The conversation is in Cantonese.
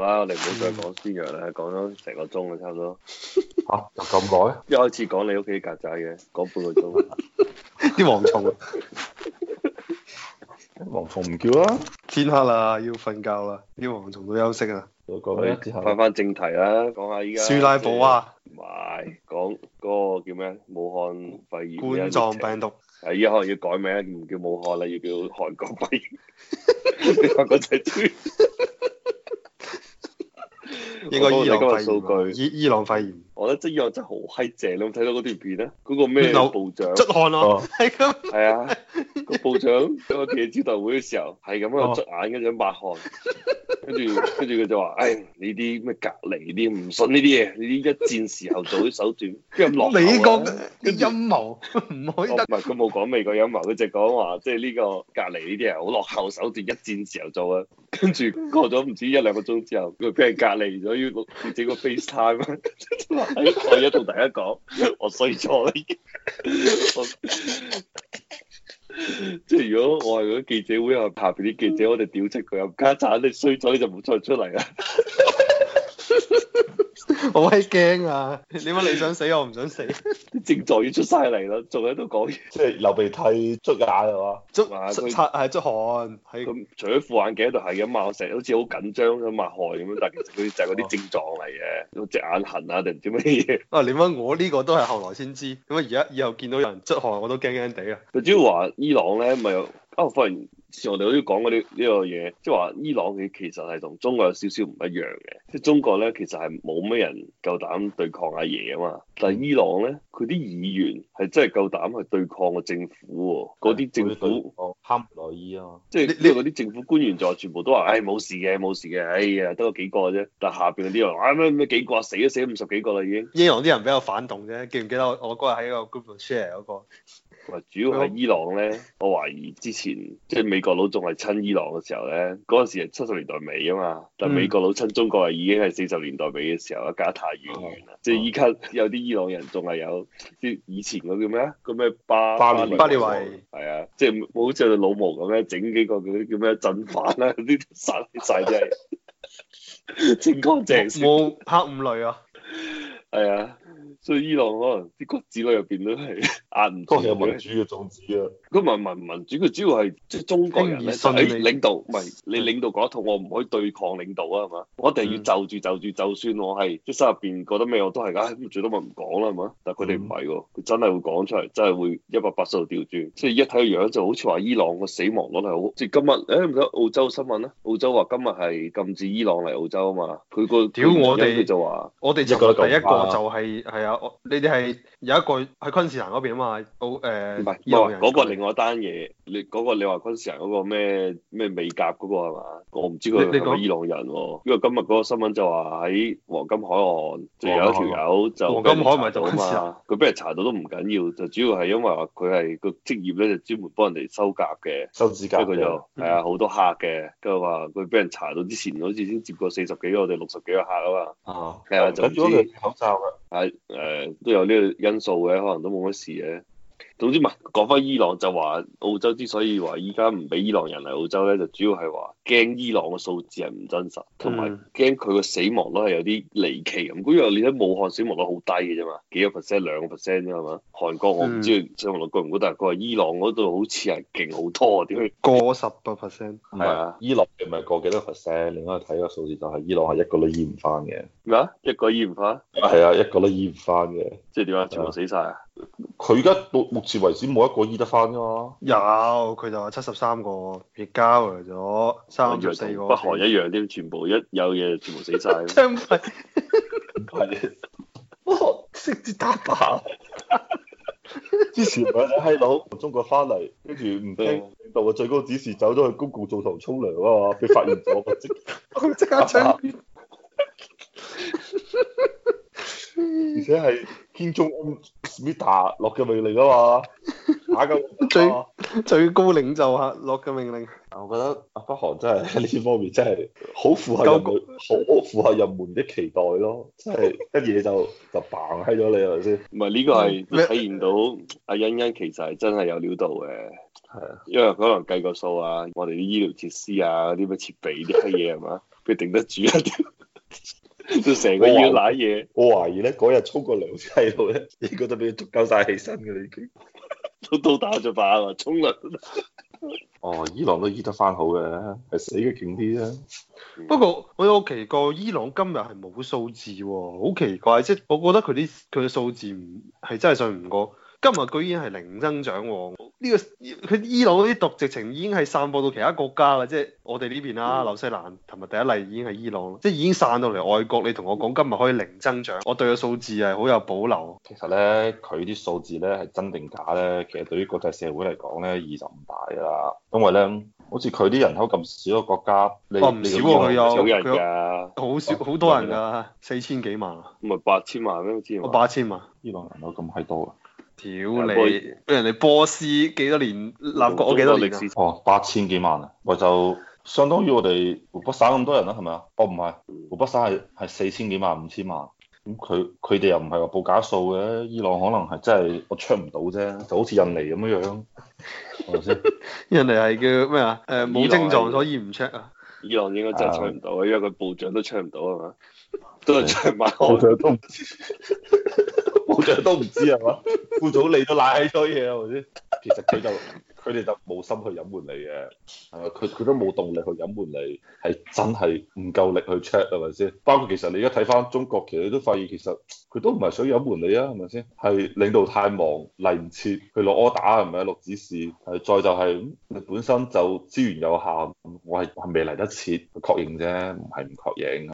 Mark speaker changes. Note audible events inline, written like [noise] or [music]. Speaker 1: 啦，我哋唔好
Speaker 2: 嗯
Speaker 1: 再講孫楊啦，講咗成個鐘啦，差唔多。
Speaker 2: 嚇啊咁耐，
Speaker 1: 一開始講你屋企啲曱甴嘅，講半個
Speaker 2: [laughs]
Speaker 1: 鐘。
Speaker 3: 啲蝗蟲
Speaker 2: 蝗蟲唔叫啊啦，
Speaker 3: 天黑啦，要瞓覺啦，啲蝗蟲都休息啊。
Speaker 2: 再講咩之後，
Speaker 1: 翻翻正題啦，講下依家。
Speaker 3: 舒拉布啊，
Speaker 1: 唔係講嗰個叫咩？武漢肺炎。
Speaker 3: 冠狀病毒，
Speaker 1: 係依家可能要改名，唔叫武漢啦，要叫韓國肺炎。 [laughs] 你話嗰隻豬？
Speaker 3: 應該伊朗肺
Speaker 1: 我幫我睇今日數
Speaker 3: 炎啊，
Speaker 1: 據
Speaker 3: 伊伊朗肺炎，
Speaker 1: 我覺得真係真係好閪正，你有冇睇到嗰段片咧？嗰、個咩
Speaker 3: 邊度
Speaker 1: 部長？
Speaker 3: 出汗咯
Speaker 2: 哦，
Speaker 3: 係咁。
Speaker 1: 係啊，個部長喺個記者招待會嘅時候係咁樣
Speaker 2: 哦
Speaker 1: 捽眼，跟住抹汗，跟住跟住佢就話：，唉，你啲咩隔離啲唔信呢啲嘢，你啲一戰時候做啲手段，跟住落啊
Speaker 3: 美
Speaker 1: 國
Speaker 3: 國嘅陰謀 [laughs] 唔可以
Speaker 1: 哦
Speaker 3: 得
Speaker 1: 唔係佢冇講美國陰謀，佢就講話即係呢個隔離呢啲人好落後手段，一戰時候做啊。 [coughs] 跟住過咗唔止一兩個鐘之後，佢俾人隔離咗，要錄要整個 FaceTime 啊。我而家同大家講，我衰咗啦已經。我即係如果我係嗰啲記者會入下邊啲記者，我哋屌柒佢，冚家鏟你衰咗你就冇再出嚟啦。
Speaker 3: 我閪驚啊！你乜你想死，我唔
Speaker 1: [laughs]
Speaker 3: 想死。
Speaker 1: 啲症狀要出晒嚟啦，仲喺度講嘢。
Speaker 2: 即係流鼻涕、捽眼係嘛？
Speaker 3: 捽
Speaker 1: 哇
Speaker 3: 捽
Speaker 1: 佢
Speaker 3: 擦係捽汗，係
Speaker 1: 咁除咗副眼鏡喺度係咁抹，我成日好似好緊張咁抹汗咁樣，但係其實佢就係嗰啲症狀嚟嘅，有隻眼痕啊定唔知乜嘢。 [laughs]
Speaker 3: 啊！你乜我呢個都係後來先知，咁啊而家以後見到有人捽汗我都驚驚地啊！
Speaker 1: 佢主要話伊朗咧，咪有啊，發現之前我哋好似講過呢呢個嘢，即係話伊朗佢其實係同中國有少少唔一樣嘅，即係中國咧其實係冇乜人夠膽對抗阿爺啊嘛，但係伊朗咧佢啲議員係真係夠膽去對抗個政府喎，嗰啲政府。
Speaker 2: 哦，堪萊伊啊嘛，
Speaker 1: 即係
Speaker 3: 你
Speaker 1: 呢個嗰啲政府官員就話全部都話，唉冇事嘅冇事嘅，哎呀得個幾個啫。但下邊嗰啲又話，唉咩咩幾個啊死都死咗五十幾個啦已經。
Speaker 3: 伊朗啲人比較反動啫，記唔記得我我嗰日喺個 group 度 share 嗰個？
Speaker 1: 話主要係伊朗咧，
Speaker 3: 哦
Speaker 1: 我懷疑之前即係美國佬仲係親伊朗嘅時候咧，嗰陣時係七十年代尾啊嘛，但
Speaker 3: 嗯
Speaker 1: 美國佬親中國係已經係四十年代尾嘅時候啦，隔得太遠遠啦。即係依家有啲伊朗人仲係有啲以前嗰叫咩啊？嗰咩巴
Speaker 2: 巴列維
Speaker 3: 巴列維
Speaker 1: 係啊，即係冇好似我哋老毛咁樣整幾個嗰啲叫咩鎮反啦， [laughs] 嗰啲都殺晒 [laughs] 真係清乾淨先。
Speaker 3: 冇黑五類啊！
Speaker 1: 係啊，所以伊朗可能啲骨子裏入邊都係壓唔住
Speaker 2: 都係有
Speaker 1: 嘅
Speaker 2: 民主嘅種子啊。
Speaker 1: 佢唔係民民主，佢主要係即係中國人咧，
Speaker 3: 輕而
Speaker 1: 就係
Speaker 3: 順
Speaker 1: 哎
Speaker 3: 你
Speaker 1: 領導，唔係你領導嗰一套，我唔可以對抗領導啊，係嘛？我一定要
Speaker 3: 嗯
Speaker 1: 就住就住，就算我係即係心入邊覺得咩我都係，唉咁最多咪唔講啦，係嘛？但係佢哋唔係喎，佢真係會講出嚟，真係會一百八十度調轉，即係一睇個樣就好似話伊朗個死亡率係好，即係今日誒唔睇澳洲新聞啦，澳洲話今日係禁止伊朗嚟澳洲啊嘛，佢個
Speaker 3: 屌我哋
Speaker 1: 佢就話。
Speaker 3: 我哋
Speaker 2: 即
Speaker 3: 就
Speaker 2: 係覺得
Speaker 3: 第一
Speaker 2: 咁啊
Speaker 3: 個就係係啊，我你哋係有一個喺昆士蘭嗰邊啊嘛，澳
Speaker 1: 唔係
Speaker 3: 誒，伊
Speaker 1: 因
Speaker 3: 朗
Speaker 1: 為
Speaker 3: 人
Speaker 1: 嗰個另外單嘢，你嗰、個你話昆士蘭嗰個咩咩美甲嗰個係嘛？我唔知佢係
Speaker 3: 你你
Speaker 1: 咪
Speaker 3: 講
Speaker 1: 伊朗人喎、因為今日嗰個新聞就話喺黃金海岸就有一條友就
Speaker 3: 黃金海岸咪就
Speaker 1: 到
Speaker 3: 昆士蘭
Speaker 1: 嘛，佢俾人查到都唔緊要，就主要係因為話佢係個職業咧就專門幫人哋修甲嘅。
Speaker 2: 收指甲
Speaker 1: 跟住佢
Speaker 2: 嘅，
Speaker 1: 就係啊好多客嘅，跟住話佢俾人查到之前好似先接過四十幾個定六十幾個客啊嘛，
Speaker 2: 啊，
Speaker 1: 係啊就唔
Speaker 2: 咁
Speaker 1: 知
Speaker 2: 如果佢戴口罩啊嘅，
Speaker 1: 係誒、啊呃都有呢個因素嘅，可能都冇乜事嘅。總之唔係講翻伊朗就話澳洲之所以話依家唔俾伊朗人嚟澳洲咧，就主要係話驚伊朗嘅數字係唔真實，同埋
Speaker 3: 嗯
Speaker 1: 驚佢個死亡率係有啲離奇咁。因為你睇武漢死亡率好低嘅啫嘛，幾個 percent 兩個 percent 啫係嘛。韓國我唔知
Speaker 3: 嗯
Speaker 1: 佢死亡率高唔高，但係佢話伊朗嗰度好似係勁好多啊點解？
Speaker 3: 過十個 percent，
Speaker 2: 唔
Speaker 1: 係啊
Speaker 2: 係伊朗唔係過幾多 percent？你應該睇個數字就係伊朗係一個都醫唔翻嘅，
Speaker 1: 咩啊？一個醫唔
Speaker 3: [laughs]
Speaker 1: 翻，
Speaker 2: 係啊，一個都醫唔翻嘅。
Speaker 1: 即係點啊？全部死晒啊！
Speaker 2: 佢而家到目前為止冇一個醫得翻噶嘛。
Speaker 3: 有佢就話七十三個，亦交嚟咗
Speaker 1: 我
Speaker 3: 三
Speaker 1: 以為
Speaker 3: 十
Speaker 1: 同
Speaker 3: 四個，
Speaker 1: 北韓一樣添，全部一有嘢就全部死晒。
Speaker 3: 真係。
Speaker 2: 係，
Speaker 3: 哇！識字打靶，
Speaker 2: 之前咪有隻閪佬從中國翻嚟，跟住唔聽領導嘅最高指示，走咗去公共澡堂沖涼啊嘛，被發現咗，即
Speaker 3: [laughs] 我即刻搶
Speaker 2: 而且係天中安 Smita 落嘅命令啊嘛，打鳩我
Speaker 3: 最
Speaker 2: 啊
Speaker 3: 最高領袖下落嘅命令，
Speaker 2: 我覺得阿北韓真係喺呢方面真係好符合人類，好符合人們的期待咯，真係一嘢就就嘭閪咗你係咪先？
Speaker 1: 唔係呢個係
Speaker 3: 嗯咩
Speaker 1: 體現到阿欣欣其實係真係有料到嘅，
Speaker 2: 係啊，
Speaker 1: 因為佢可能 [laughs] 計個數啊，我哋啲醫療設施啊、嗰啲咩設備啲閪嘢係嘛，佢頂得住一啲。佢成個腰攋嘢，
Speaker 2: 我懷疑咧嗰日沖個涼之後咧，你覺得俾佢足夠晒起身嘅啦已經。
Speaker 1: 都都打咗把啊，沖涼都得。
Speaker 2: 哦，伊朗都醫得翻好嘅，係死嘅勁啲啦。
Speaker 3: 不過我有奇怪，伊朗今日係冇數字喎，好奇怪！即係我覺得佢啲佢嘅數字唔係真係信唔過。今日居然係零增長喎，呢、個佢伊朗嗰啲毒直情已經係散播到其他國家啦，即係我哋呢邊啦，
Speaker 1: 嗯
Speaker 3: 紐西蘭同埋第一例已經係伊朗啦，即係已經散到嚟外國。你同我講今日可以零增長，我對個數字係好有保留。
Speaker 2: 其實咧，佢啲數字咧係真定假咧，其實對於國際社會嚟講咧，意義就唔大㗎啦。因為咧，好似佢啲人口咁少嘅國家，你
Speaker 3: 哦唔
Speaker 2: 你
Speaker 3: 少
Speaker 2: 個
Speaker 3: 喎
Speaker 2: 伊朗
Speaker 3: 佢有
Speaker 1: 少人
Speaker 3: 佢有
Speaker 1: 㗎，
Speaker 3: 好少好多人㗎，四千幾萬，
Speaker 1: 唔係八千萬咩？之前
Speaker 3: 我
Speaker 1: 話
Speaker 3: 八千萬。
Speaker 2: 伊朗人口咁閪多啊！
Speaker 3: 屌
Speaker 1: 波
Speaker 3: 你！俾人哋波斯幾多年立國，我幾多
Speaker 1: 中國
Speaker 3: 年啊
Speaker 1: 歷史
Speaker 2: 哦，八千幾萬啊，咪就相當於我哋湖北省咁多人啦，係咪啊？哦，唔係，湖北省係係四千幾萬、五千萬。咁佢佢哋又唔係話報假數嘅，伊朗可能係真係我 check 唔到啫，就好似印尼咁樣樣，係咪先？
Speaker 3: 人哋係叫咩啊？誒冇
Speaker 1: 伊朗
Speaker 3: 症狀
Speaker 1: 係
Speaker 3: 所以唔 check 啊！
Speaker 1: 伊朗應該真係吹唔到，因為佢部長都吹唔到係嘛，都係吹埋
Speaker 2: 部
Speaker 1: 開。
Speaker 2: 長都唔知， [laughs] 部長都唔知係嘛？副總理都賴咗嘢啊係咪先？其實佢就佢哋就冇心去隱瞞你嘅，係咪？佢佢都冇動力去隱瞞你，係真係唔夠力去 check 係咪先？包括其實你而家睇翻中國，其實你都發現其實佢都唔係想隱瞞你啊，係咪先？係領導太忙嚟唔切，佢落 order 係咪落指示？係再就係、嗯你本身就資源有限，我係係未嚟得切確認啫，唔係唔確認。